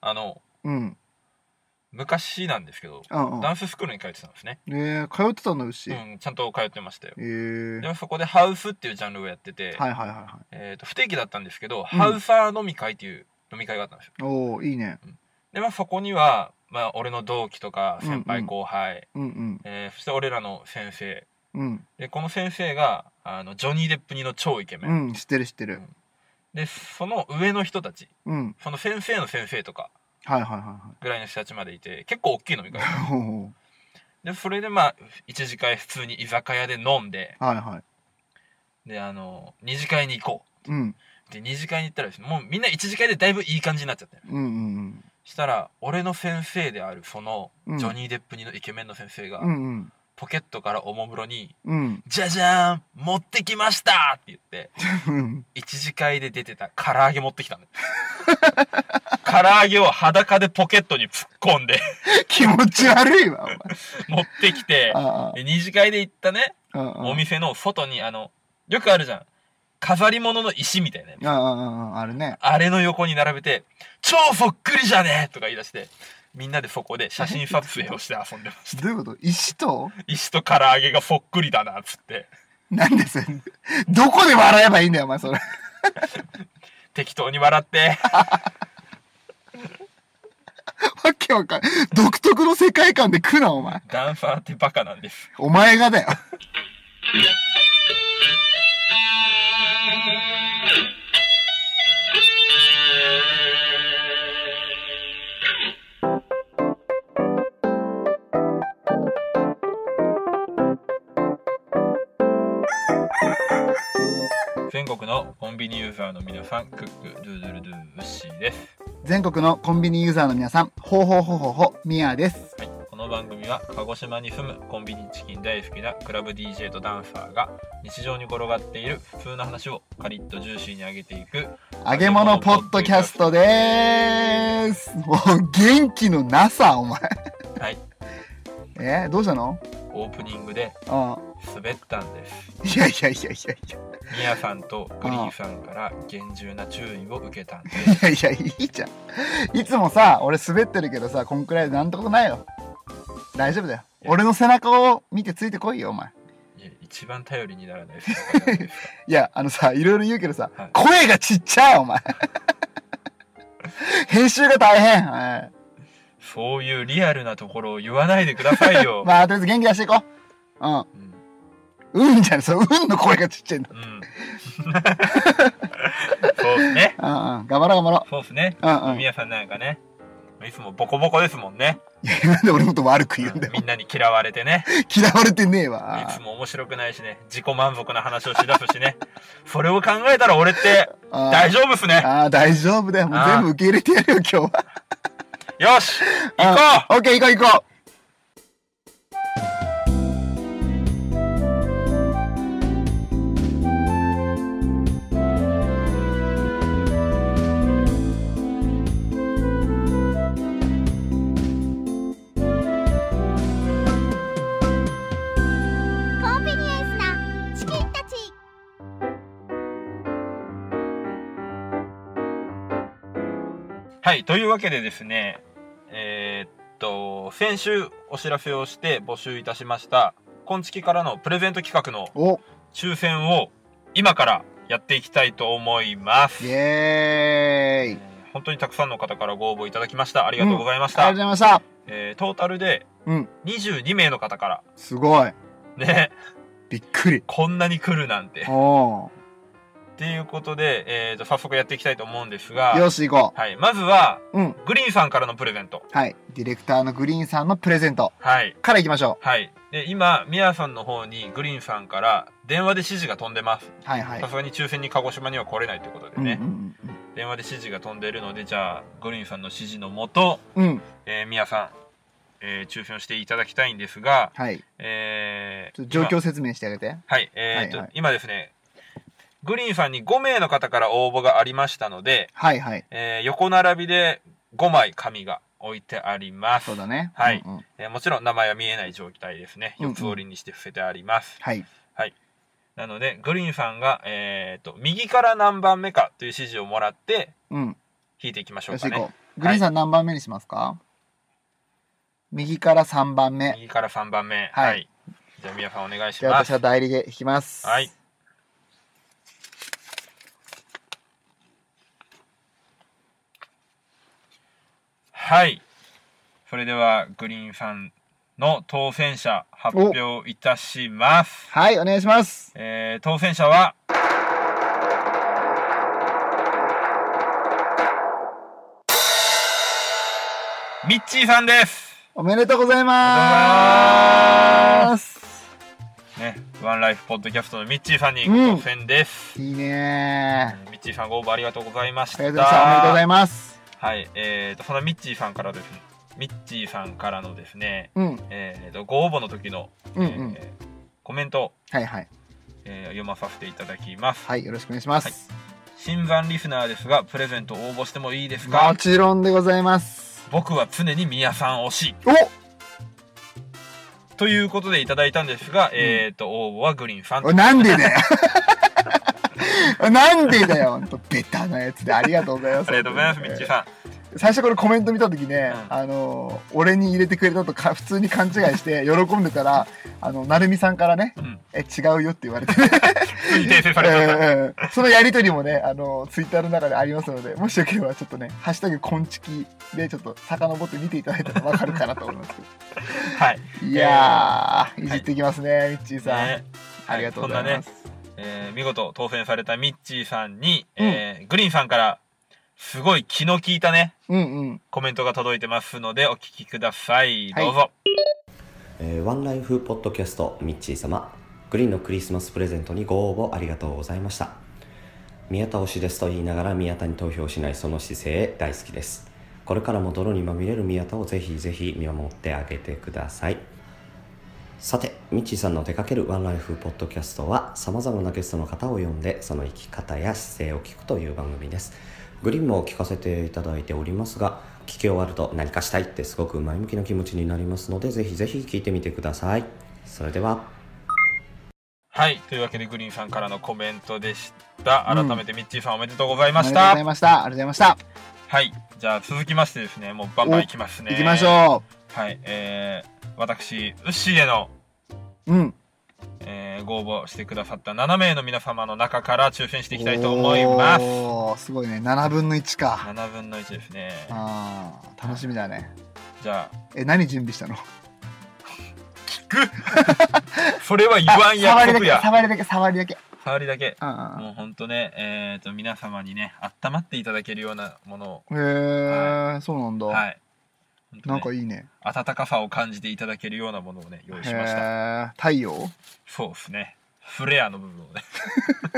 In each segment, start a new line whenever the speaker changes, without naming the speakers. あの
うん。
昔なんですけど
うんうん
ダンススクールに通ってたんですね、
えー、通ってたんだ、牛。
う
え
ん、ちゃんと通ってましたよ
ー。
でもそこでハウスっていうジャンルをやってて、
はいはいはいは
えー、と不定期だったんですけど、ハウサー飲み会っていう飲み会があったんですよ
い。おおいいね。
で、まあ、そこには、まあ、俺の同期とか
うんうん
先輩後輩、
うん
えーそして俺らの先生
うん。
でこの先生があのジョニー・デップ似の超イケメ
う
ン、
ん。うん、知ってる知ってる。
でその上の人たち
うん。
その先生の先生とか
はいはいは
ぐらいの人たちまでいて結構大きい飲み 会
いはい。ほうほ
でそれでまあ一次会普通に居酒屋で飲んで
うはいは
であの二次会に行こ
い。うん。
うで二次会に行ったらですねもうみんな一次会でだいぶいい感じになっちゃって
うんうん
したら俺の先生であるその
うん
ジョニー・デップ似のイケメンの先生が、
うん。うん
ポケットからおもむろに
う
「
ん。
じゃじゃーん持ってきました!」って言って
うん。
一次会で出てた唐揚げ持ってきたの唐揚げを裸でポケットに突っ込ん で
気持ち悪いわ、お前。
持ってきて
あ
で二次会で行ったね
あ。ああ。
お店の外にあのよくあるじゃん飾り物の石みたいなやつ
ああああ、あるね。
あれの横に並べて「超そっくりじゃねえ!」とか言い出してみんなでそこで写真撮影をして遊んでました
どういうこと石と
石と唐揚げがそっくりだなっつって
なんでそれ。どこで笑えばいいんだよ、お前、それ。
適当に笑って
わけわかんない。独特の世界観で食うな、お前。
ダンサーってバカなんです
お前がだよ。
全国のコンビニユーザーの皆さんクックドゥドゥルドゥウッシーです、
全国のコンビニユーザーの皆さん、ほうほうほうほうほ、みやです。
はい、この番組は鹿児島に住むコンビニチキン大好きなクラブ DJ とダンサーが日常に転がっている普通の話をカリッとジューシーに上げていく
揚げ物ポッドキャストでーす。もう、元気のなさ、お前。
はい
えーどうしたの
オープニングで
あ
滑ったんです
いやいやいやいやいや。
ミヤさんとグリーンさんから厳重な注意を受けたんで
いやいや、いいじゃん。いつもさ、俺滑ってるけどさ、こんくらいでなんてことないよ。大丈夫だよ。俺の背中を見てついてこいよ、お前。
いや一番頼りにならないですからなんですか
いや、あのさ、いろいろ言うけどさ、
はい
声がちっちゃい、お前。編集が大変。はい
そういうリアルなところを言わないでくださいよ、
まあ、とりあえず元気出していこう。うん。
うん
うんじゃない、そのうんの声がちっちゃいんだ。
うん。そうですね。
うんうん。頑張ろう、頑張ろ
そうですね。
う。うんうん。い
皆さんなんかね、いつもボコボコですもんね。
や、なんで俺のこと悪く言うんだよ。
みんなに嫌われてね。
嫌われてねえわ。
いつも面白くないしね、自己満足な話をしだすしね。それを考えたら俺って
あー
大丈夫っすね。
あー、大丈夫だよ。もう全部受け入れてやるよ、今日は。
よし行こう
うオッケー、行こう、行こ
コンビニエンスなチキンたち
はい、というわけでですね、えーっと、先週お知らせをして募集いたしました、今月からのプレゼント企画の
う。お、
抽選を今からやっていきたいと思います。
イエーイ。あり
本当にたくさんの方からご応募いただきました。ありがとうございまし
が
た。
とうございました。
えートータルで
うん。
22名の方から、
すごい。
ね、
びっくり。
こんなに来るなんて。
お
っていうことで、えー、と、早速やっていきたいと思うんです
ー。
が、
よし、行こ
はい、まずは、
う。うん。
グリーンさんからのプレゼント。
はい。ディレクターのグリーンさんのプレゼント
はい。
から行きましょ
はい。で、今、ミヤさんの方にグリーンさんから電話で指示が飛んでます。
う。はいはい
さ。すがに抽選に鹿児島には来れないということで
うん
ね、電話で指示が飛んでるので、じゃあ、グリーンさんの指示のもと、
うんうん。うん。
えー、ミヤさん、えー抽選をしていただきたいんですが、
はい。
えー
ちょっと状況説明してあげて。
はい、えーと
はいはい
今ですね、グリーンさんに5名の方から応募がありましたので、
はいはい。
えー横並びで5枚紙が置いてあります
そう。だね。
はい
うんうん
えーもちろん名前は見えない状態ですね。
うんうん
四つ折りにして伏せてあります。
はい。
なので、グリーンさんが、えーと、右から何番目かという指示をもらって、
うん。
引いていきましょ
よ
う
し
か
行こ
ね。
グリーンさん何番目にしますか、右から3番目。
右から3番目。
はい
はい。じゃあ、みやさんお願いし
じゃあ
ま
私
す。
は代理で引きます。
はい。はい。それでは、グリーンさんの当選者発表いたします。
はい、お願いします。
えー、当選者は、ミッチーさんです。
おめでとうございま
あ
ーす。
ね、ワンライフポッドキャストのミッチーさんに
うん
当選です。
いいね
ミッチーさんご応募ありがとうございまし
ー。
た。
ありがとうございました。おめでとうござ
は
います。
い、えー、と、そのミッチーさんからですね、ミッチーさんからのですね、
うん、
えー、と、ご応募の時の、
うん、うん。
えーコメントを、
はいはい。
えー読まさせていただきます。
はい、よろしくお願いします。
新参リスナーですが、プレゼント応募してもいいです
も
か
ちろんでございます。
僕は常にミヤさん推し。
お
ということでいただいたんですが、えー、と、応募はグリーンさん
おいなんでだよ なんでだよほんとベタなやつでありがとうございます
ありがとうございます、ミッチーさん。
最初これコメント見た時ね、
うん
あの俺に入れてくれたとか 普通に勘違いして喜んでたらあのなるみさんからね
うん。
「え違うよ」って言われて ね
普通に訂正されました。
うんうんそのやりとりもねあのツイッターの中でありますのでもしよければちょっとね「ハッシュタグこんちき」でちょっと遡って見ていただいたら分かるかなと思いますけ
はい。
どいやーいじってきますね、ミッチーさん、
ね
ありがとうございます、
えー見事当選されたミッチーさんに、
うん
えーグリーンさんから、すごい気の利いたね、
うんうん
コメントが届いてますので、お聞きください。
はい
どうぞ。
えーワンライフポッドキャストミッチー様グリーンのクリスマスプレゼントにご応募ありがとうございました宮田推しですと言いながら宮田に投票しないその姿勢大好きですこれからも泥にまみれる宮田をぜひぜひ見守ってあげてくださいさてミッチーさんの手掛けるワンライフポッドキャストはさまざまなゲストの方を呼んでその生き方や姿勢を聞くという番組ですグリーンも聞かせていただいておりますが聞き終わると何かしたいってすごく前向きな気持ちになりますのでぜひぜひ聞いてみてくださいそれでは
はい。というわけで、グリーンさんからのコメントでした。改めてミッチーさんおめでとうござい
あ
ま
り
し
が
た。
とうございましたありがとうございました
はい。じゃあ、続きましてですね、もうバンバンいきますね。
行きましょ
う。はい。えー、私、ウッシーへの、
う。うん。
えーご応募してくださった7名の皆様の中から抽選していきたいと思います。
おーすごいね。7分の1か。
7分の1ですね。
あー楽しみだね。
じゃあ、
え、何準備したの
それは言わん約 束や。
触りだけ、触りだけ、触りだけ。
触りだけ。
うんうん
もうほんとね、えっ、と、皆様にね、温まっていただけるようなもの
うん。へー、そうなんだ。
を、はい。ほんとね
なんかいいね。
温かさを感じていただけるようなものをね、用意しました。
へー、太陽
そうですね。フレアの部分をね。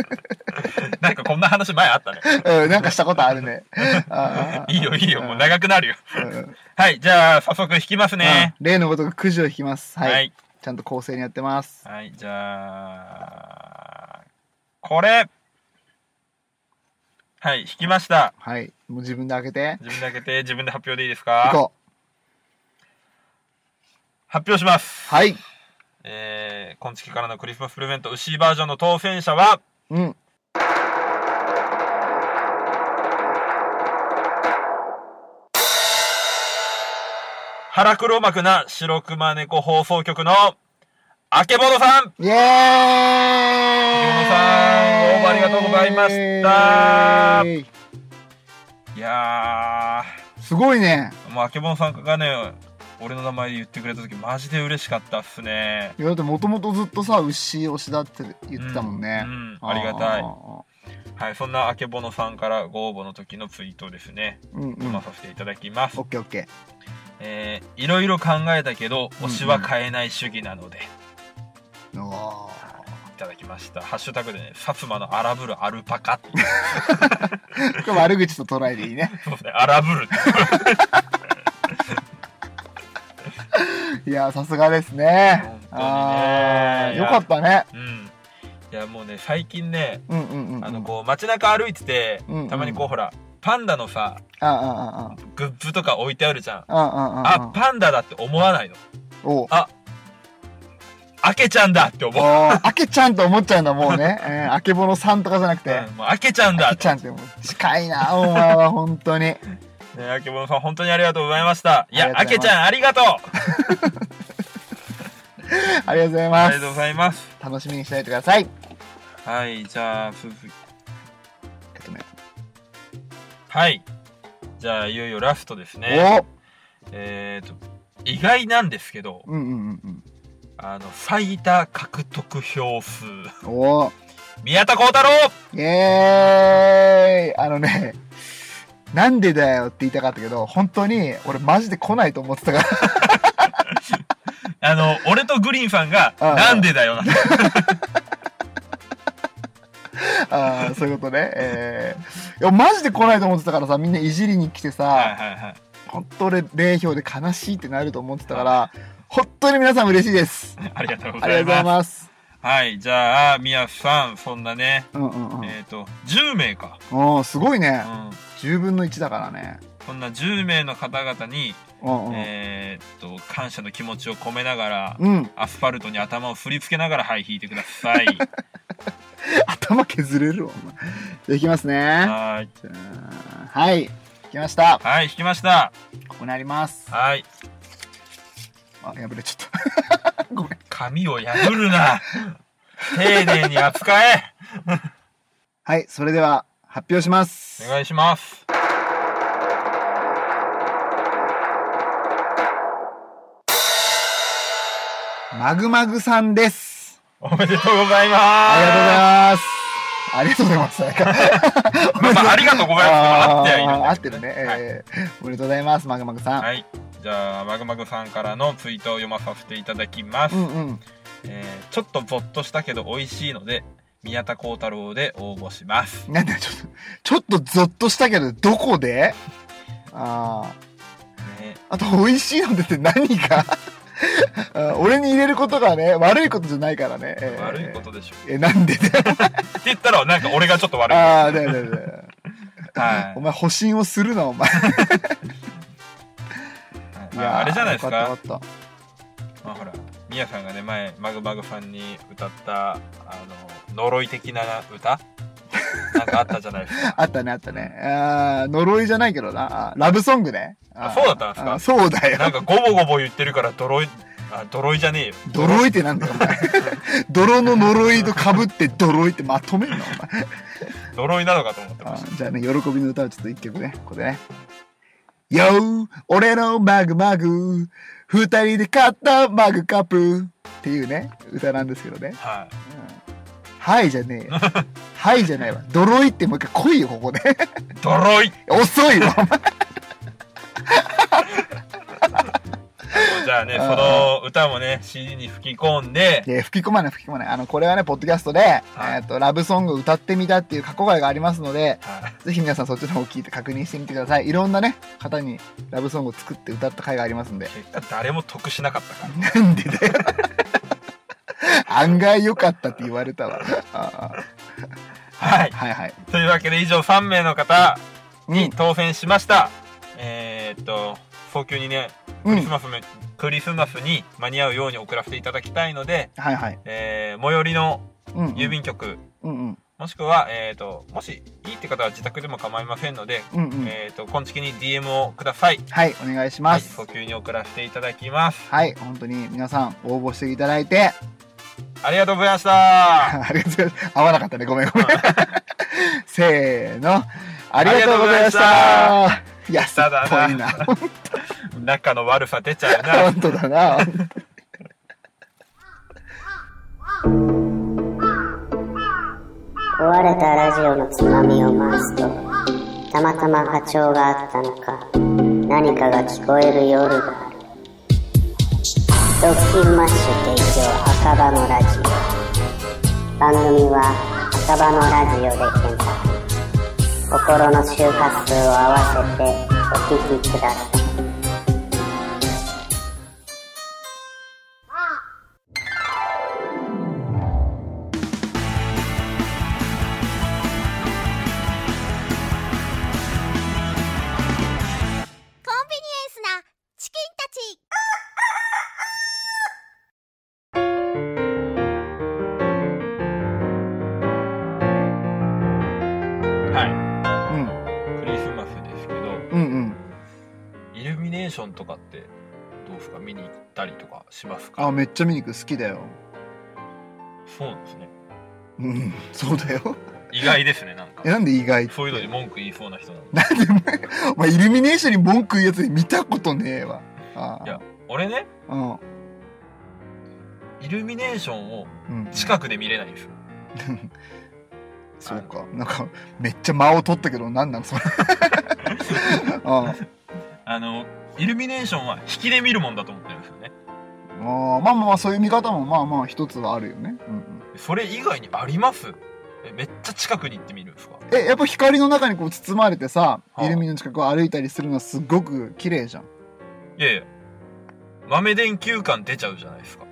なんかこんな話前あったね。
うん、なんかしたことあ るね。あー
いいよいいよ、もう長くなるよ。
うん
はい、じゃあ、早速引きますね。
うん例のごとくくじを引きます。はい。
はい。
ちゃんと構成にやってます。
はい、じゃあ、これはい、引きました。
はい。もう自分で開けて。
自分で開けて、自分で発表でいいです
行
か
こう。
発表します。
はい。
えー、今月からのクリスマスプレゼント、牛バージョンの当選者は、
うん。
腹黒幕な白熊猫放送局の、あけぼのさん
イエーイさ
ん応募ありがとうございましたいや
すごいね。
ー、もうあけぼのさんがね、俺の名前で言ってくれた時、マジで嬉しかったっすね。
いやだってもともとずっとさ牛推しだって言ってたもんね、
うんうんありがたい
あー
はい、そんなあけぼのさんからご応募の時のツイートをですね、
うんうん
読
オ
まさせていただきます。
ッケーオッケ
えー、いろいろ考えたけど、推しは変えない主義なので、
ー お
いただきました。ハッシュタグでね、薩摩の荒ぶるアルパカってい う。
ーこれ悪口と捉えていいね
そうですね、荒ぶるって。
いやーさすがですね
本当にね
あー
い
よ
や
かったね
うん。いや、もうね、最近ね、
うんうんうんうん
あの、こう、街中歩いてて
うんうん、
たまにこう、ほら、パンダのさ、
ああ
グッズとか置いてあるじゃん。
あああああ
あ、パンダだって思わないの。
おう
あけちゃんだって
お
思う。
ーあけちゃんと思っちゃうんだも うね、えー、あけぼのさんとかじゃなくて、
うんもう、あけちゃんだ
あ
って
け ち。ゃんってもう近いなお前は本当に
ねあけぼのさん本当にありがとうございましたいや
あ
あ
りがとう
け
ご
ち
ざ
ゃ
います
んありがとう
ありがとうござい
あ
ま
りが
す
とうございます
楽しみにしておいてください
はいじゃあ続き
えっとね
はいじゃあいよいよラストですね
お
えっ、と意外なんですけど
うんうんうん
あの最多獲得票数
うんおー
宮田幸太郎
イエーイあのねなんでだよって言いたかったけど本当に俺マジで来ないと思ってたから
あの俺とグリーンさんが「
ああ
なんでだよ」なんて
あーそういうことねえー、いやマジで来ないと思ってたからさみんないじりに来てさ、
はいはいはい
本当俺0票で悲しいってなると思ってたから本当に皆さん嬉しいです
ありがとうご
あ
ざ
りがと
いう
ござ
ます
います
はいじゃあ宮さんそんなね
うんうんうん
えっ、と10名か、
おーすごいうね
ん、
10分の1だからね
そんな10名の方々に、
うんうん、
えっと感謝の気持ちを込めながら、
うん
アスファルトに頭を振り付けながらはい引いてください
頭削れるわお前じゃあいきますね
はーい
じゃあはい来ました
はい引きました
ここにあります
はい
あ破れちゃっ
紙を破るな丁寧に扱え
たはいそれでは発表します
お願いします
マグマグさんです
おめでとうございます
ありがとうございますありがとうございますなんか
まあ まあ、ありがとうございま
あ
す。合ってはいるん
ー合
だ
っ
け
て
ど
る
ね
ね、えーおめでとうございますマグマグさん、
はい。じゃあ、マグマグさんからのツイートを読まさせていただきます。
うんうん
えーちょっとぼっとしたけど美味しいので、宮田幸太郎で応募します。
なんだよちょっと、ちょっとゾッとしたけど、どこであ
ね
あ。あと、美味しいのでって何が あ俺に入れることがね、悪いことじゃないからね。えー
悪いことでしょ。
え、なんでだよ。
って言ったら、なんか俺がちょっと悪い。
ああ、だよだよだよ。
はい
お前、保身をするな、お前。
はいああれじゃないですか。
よったよかっ
まあ、ほら、宮さんがね、前、マグマグさんに歌った、あの、呪い的な歌 なんかあったじゃないですか。
たあったね、あったね。ああ、呪いじゃないけどな。あーラブソングね。
あそうだったんですか
あーそうだよ。
なんかゴボゴボ言ってるから呪い、あ、呪いじゃねえよ。
呪いってなんだよ、お前。泥の呪いと被って呪いってまとめんの、お前。
呪いなのかと思ってま
あ
した。
じゃあね、喜びの歌をちょっと一曲ね、ここでね。よー俺のマグマグ二人で買ったマグカップっていうね、歌なんですけどね。
はい。
はいじゃねえよ。はいじゃないわ。呪いってもう一回来いよ、ここで。
呪い
遅いよ、お前
じゃあね、その歌もね、CD に吹き込んで、
で吹き込まない、吹き込まない。あの、これはね、ポッドキャストで、えっと、ラブソングを歌ってみたっていう過去回がありますので、
はい
ぜひ皆さんそっちの方を聞いて確認してみてください。いろんなね、方にラブソングを作って歌った回がありますんで。
結果誰も得しなかったから。
なんで だよ。案外良かったって言われたわ。あ
はい
あ。はいはい。
というわけで以上3名の方
うん
に当選しました。えーっと、早急にね、
う
クリ
ん
ス。マスめ、クリスマスに間に合うように送らせていただきたいので、
はいはい。
えー最寄りの
うんうん。
郵便局、
うんうん。
もしくは、えーっと、もしいいって方は自宅でも構いませんので、
うんうん。
えーっと、今月に DM をください。
はい、お願いし
は
ま
い、
す。
早急に送らせていただきます。
はい、本当に皆さん応募していただいて、
ありがとうございました。
ありがとうございます。合わなかったね。ごめんごめん。 せーの。ありがとうございました。いや、すっ
下だな
ぽいな。
仲の悪さ出ちゃ うな。
本当だな。本当に
壊れたラジオのつまみを回すとたまたま波長があったのか何かが聞こえる夜がある「ドッキンマッシュ提供赤羽のラジオ」番組は赤羽のラジオで検索心の周波数を合わせてお聞きください
コンビニエンスなチキンたち
はい、
うん。
クリスマスですけど、
うんうん。
ミネーションとかってどうですか見に行ったりとかしますか
あめっちゃ見に行く好きだよ
そうなんですね
うんそうだよ
意外ですねなんか
えなんで意外
そういうのに文句言いそうな人なの
なんでお前お前イルミネーションに文句言うやつ見たことねえわあ
いや俺ね
あ
イルミネーションを
うんうん
近くで見れないんですよ
そうかなんかめっちゃ間を取ったけどなんなんそ れあ
あのイルミネーションは引きで見るもんだと思ってるんですよね
あまあまあまあそういう見方もまあまあ一つはあるよね、うんうん、
それ以外にありますえめっちゃ近くに行ってみるんですか
えやっぱ光の中にこう包まれてさ、
はい
イルミの近くを歩いたりするのはすごく綺麗じゃん
いやいや豆電球感出ちゃうじゃないですか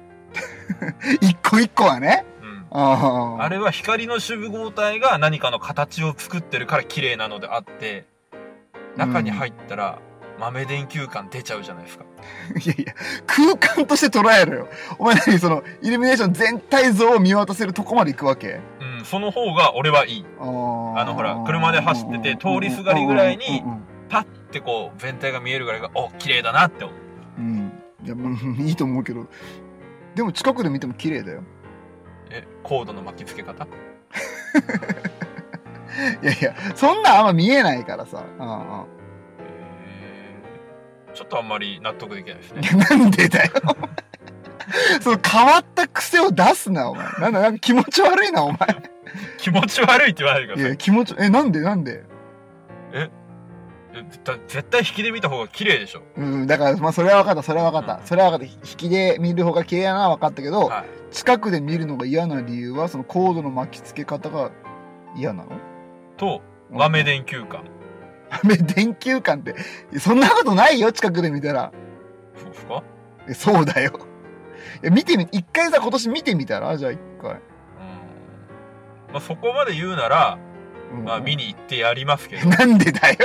一個一個はね
うん
ああ
あれは光の集合体が何かの形を作ってるから綺麗なのであって中に入ったら豆電球感出ちゃうじゃないですか
いやいや、空間として捉えろよ。お前何その、イルミネーション全体像を見渡せるとこまで行くわけ
うんその方が俺はいい
あー
あのほら車で走ってて通りすがりぐらいに
うん
パッてこう全体が見えるぐらいがお綺麗だなって思う
うんうんうん。うんいや、まあ、いいと思うけど。でも近くで見ても綺麗だよ。
えコードの巻きつけ方
いやいや、そんなんあんま見えないからさ。うんうん
えーちょっとあんまり納得できないですね
いやなんでだよ。その変わった癖を出すな、お前。なんだ、なんか気持ち悪いな、お前。
気持ち悪いって言わないでくだ
い
さ
や、
い
気持ち、え、なんでなんで
えだ絶対引きで見た方が綺麗でしょ
うん、だから、まあ、それは分かった、それは分かっ
う
た。
ん
それは分かった。引きで見る方が綺麗なのは分かったけど、
はい
近くで見るのが嫌な理由はそのコードの巻きつけ方が嫌なの
と豆 電球感
豆電球感ってそんなことないよ近くで見たら
そうですか
えそうだよいや見てみ一回さ今年見てみたらじゃあ一回、
うんまあ、そこまで言うなら、
うん
まあ、見に行ってやりますけど、
なんでだよ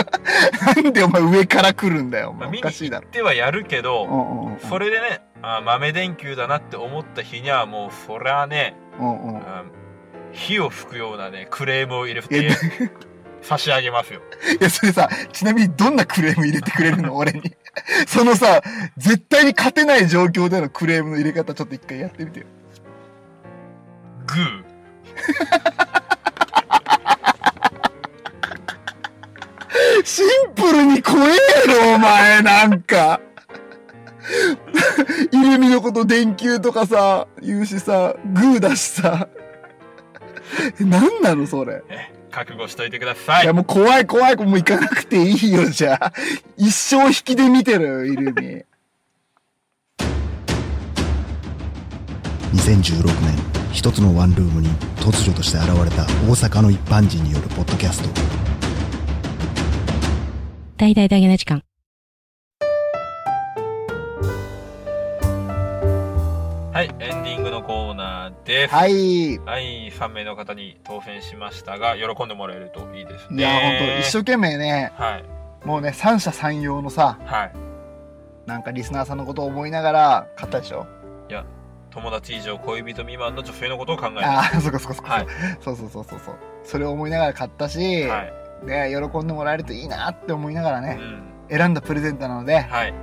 なんでお前上から来るんだよお
まあ、
前お
見
か
に
しい
行
だ
っ
ろ
てはやるけ
う
ど、
んうんうん
それでね、あ豆電球だなって思った日には、もう、そりゃね、
うんうん
あ火を吹くようなね、クレームを入れ
い
て
や、
差し上げますよ。
いや、それさ、ちなみにどんなクレーム入れてくれるの俺に。 そのさ、絶対に勝てない状況でのクレームの入れ方ちょっと一回やってみてよ。
グー。
シンプルに怖えろ、お前、なんか。 イルミのこと電球とかさ、言うしさ、グーだしさ。え何なの、それ。
ね覚悟しといてくださ
い
い。
や、もう怖い怖い、もう行かなくていいよ、じゃ あ。一生引きで見てるよ、イルミ。
2016年一つのワンルームに突如として現れた大阪の一般人によるポッドキャスト
大々大げな時間。
はい、エンディングのコーナーです。
はい。い
はい、3名の方に当選しましたが、喜んでもらえるといいですね。
や、ほんと、一生懸命ね、
はい、
もうね、三者三様のさ、
はい。
なんかリスナーさんのことを思いながら買ったでしょ
友達以上恋人未満の女性のことを考えます。
ああ、そっかそっかそっか。
はい、
そうそうそうそうそう。それを思いながら買ったし、
はい、
ね、喜んでもらえるといいなって思いながら
う
ね、
ん、
選んだプレゼントなので、
はい、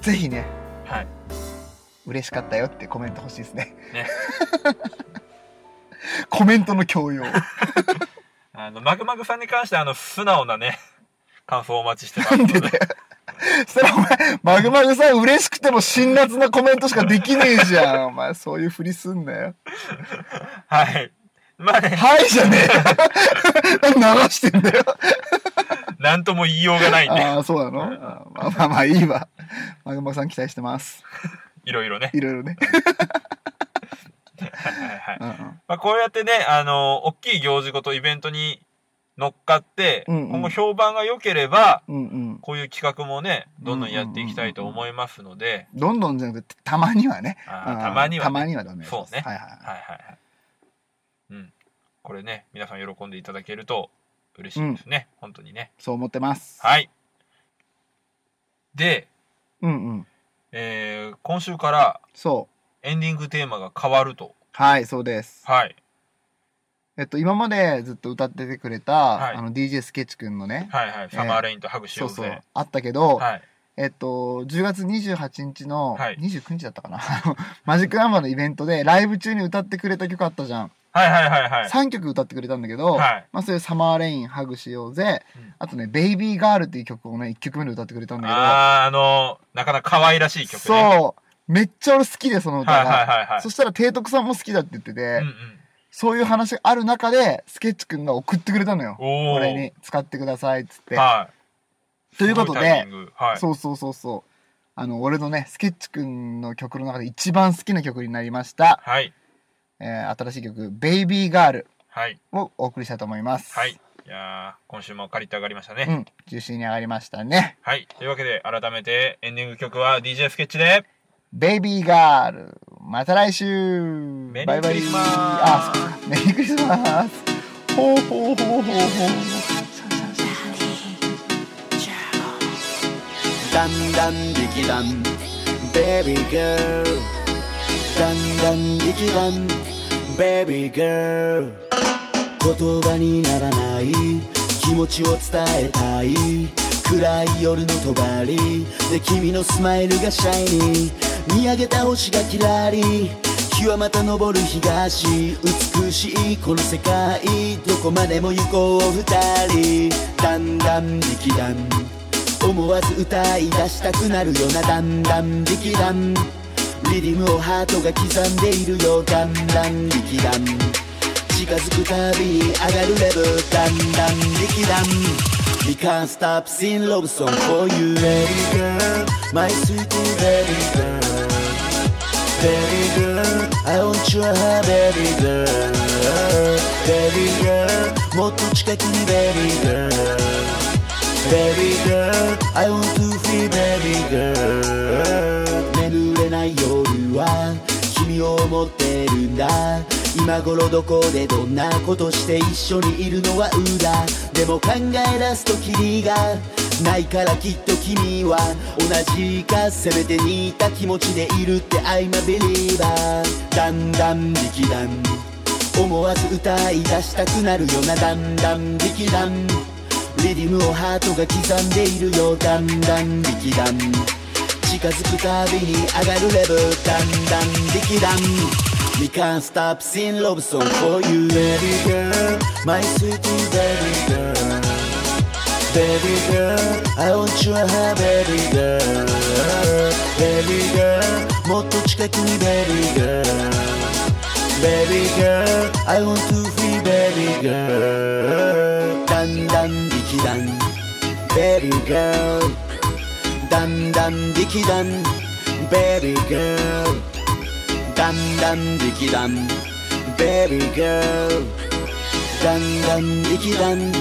ぜひね、
はい。
嬉しかったよってコメント欲しいですね。
ね
コメントの強要。
あの、マグマグさんに関しては、あの、素直なね、感想をお待ちしてます
なん
ので。
でだよ。そしたらお前、マグマグさん嬉しくても辛辣なコメントしかできねえじゃん。お前、そういうふりすんなよ。
はい。まあね、
はいじゃねえ よ。何流してんだよ。
なんとも言いようがないんで、
ああ、そうなのあーまあまあまあいいわ。マグマグさん期待してます。
いろいろね。
いろいろね。
はいはいはい。
うんうん
まあ、こうやってね、あの、大きい行事ごとイベントに乗っかって、
うんうん
今後評判が良ければ、
うんうん。
こういう企画もね、どんどんやっていきたいと思いますので、
どんどんじゃなくて、たまにはね。
あ
う
ー
ん
たまにはね
たまにはだね。
そうね
はいは
はいはいはい。うん。これね、皆さん喜んでいただけると嬉しいですね。本当にね。
い。そう思ってます。
はい。で、
うんうん。
えー今週から
そう。
エンディングテーマが変わると。
はい、そうです。
はい。
えっと、今までずっと歌っててくれた、
い
あの、DJ スケッチくんのね、
はいはい。サマーレインとハグし
そ
よう
う
ぜ。
そう、あったけど、
はい。
えっと、10月28日の、
はい
29日だったかな あのマジックナンバーのイベントでライブ中に歌ってくれた曲あったじゃん。
はいはいはいはい。
3曲歌ってくれたんだけど、
はい
まあそういうサマーレイン、ハグしようぜ、
うん
あとね、ベイビーガールっていう曲をね、1曲目で歌ってくれたんだけど、
あー、あの、なかなか可愛らしい曲ね。
そうめっちゃ俺好きでその歌が、
はいはいはいはい
そしたら提督さんも好きだって言ってて、
うんうん。
そういう話がある中でスケッチ君が送ってくれたのよ
おー
俺に使ってくださいっつって、
はい。
ということ
すごタイ
で
ミングはい。
そうそうそうそうあの俺のねスケッチ君の曲の中で一番好きな曲になりました、
はい。
えー新しい曲「ベイビーガール
はい。」
をお送りしたいと思います
はい。いやー、今週も借りて上がりましたね。
うん中心に上がりましたね
はい。というわけで、改めてエンディング曲は DJ スケッチで、
ベイビーガールまた来週
メリー
バイバイ
クリスマス
あそうかメリークリスマスほうほうほうほうほう
だんだん力んベビーガールだんだん力んベビーガール言葉にならない気持ちを伝えたい暗い夜の帳で君のスマイルがシャイニー見上げた星がキラリ日はまた昇る東美しいこの世界どこまでも行こう二人だんだん力ん思わず歌い出したくなるようなだんだん力弾リリムをハートが刻んでいるよだんだん力弾近づくたびに上がるレベルだんだん力弾 We can't stop singing love song for you baby girl My sweet baby girl Baby girl I want you a baby girl Baby girl もっと近くに baby girl Baby girl, I want to feel baby girl 眠れない夜は君を思ってるんだ今頃どこでどんなことして一緒にいるのはうだでも考え出すとキリがないからきっと君は同じかせめて似た気持ちでいるって I'm a believer だんだん力弾思わず歌い出したくなるよなだんだん力弾リディムをハートが刻んでいるよだんだん力弾近づくたびに上がるレベルだんだん力弾 We can't stop singing love song for you baby girl My sweet baby girl Baby girl, I want you a baby girl Baby girl, もっと近くに baby girl Baby girl, I want to be baby girl だんだん力弾 Baby girl だんだん力弾 Baby girl だんだん力弾 Baby girl だんだん力弾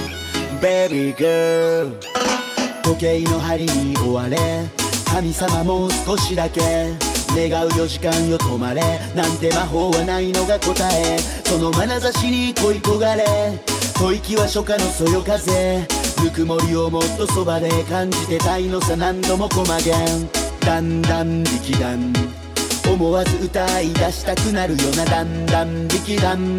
Baby girl 時計の針に追われ神様も少しだけ願う4時間よ止まれなんて魔法はないのが答えその眼差しに恋焦がれ吐息は初夏のそよ風ぬくもりをもっとそばで感じてたいのさ何度もこまげんだんだん力弾思わず歌い出したくなるよなだんだん力弾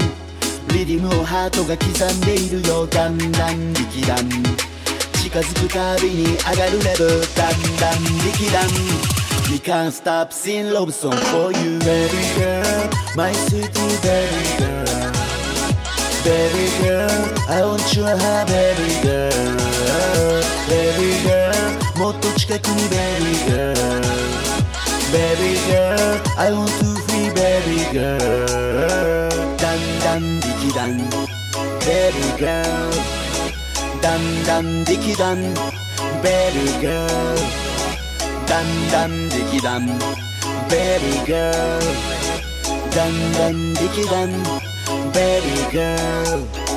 リディムをハートが刻んでいるよだんだん力弾近づくたびに上がるレベルだんだん力弾 We can't stop singing love song for you baby girl My sweet baby girl Baby girl I want you a baby girl Baby girl もっと近くに baby girl Baby girl I want to be baby girl だんだん力弾 Baby girl だんだん力弾ベルガーだんだん力弾ベルガーだんだん力弾ベルガー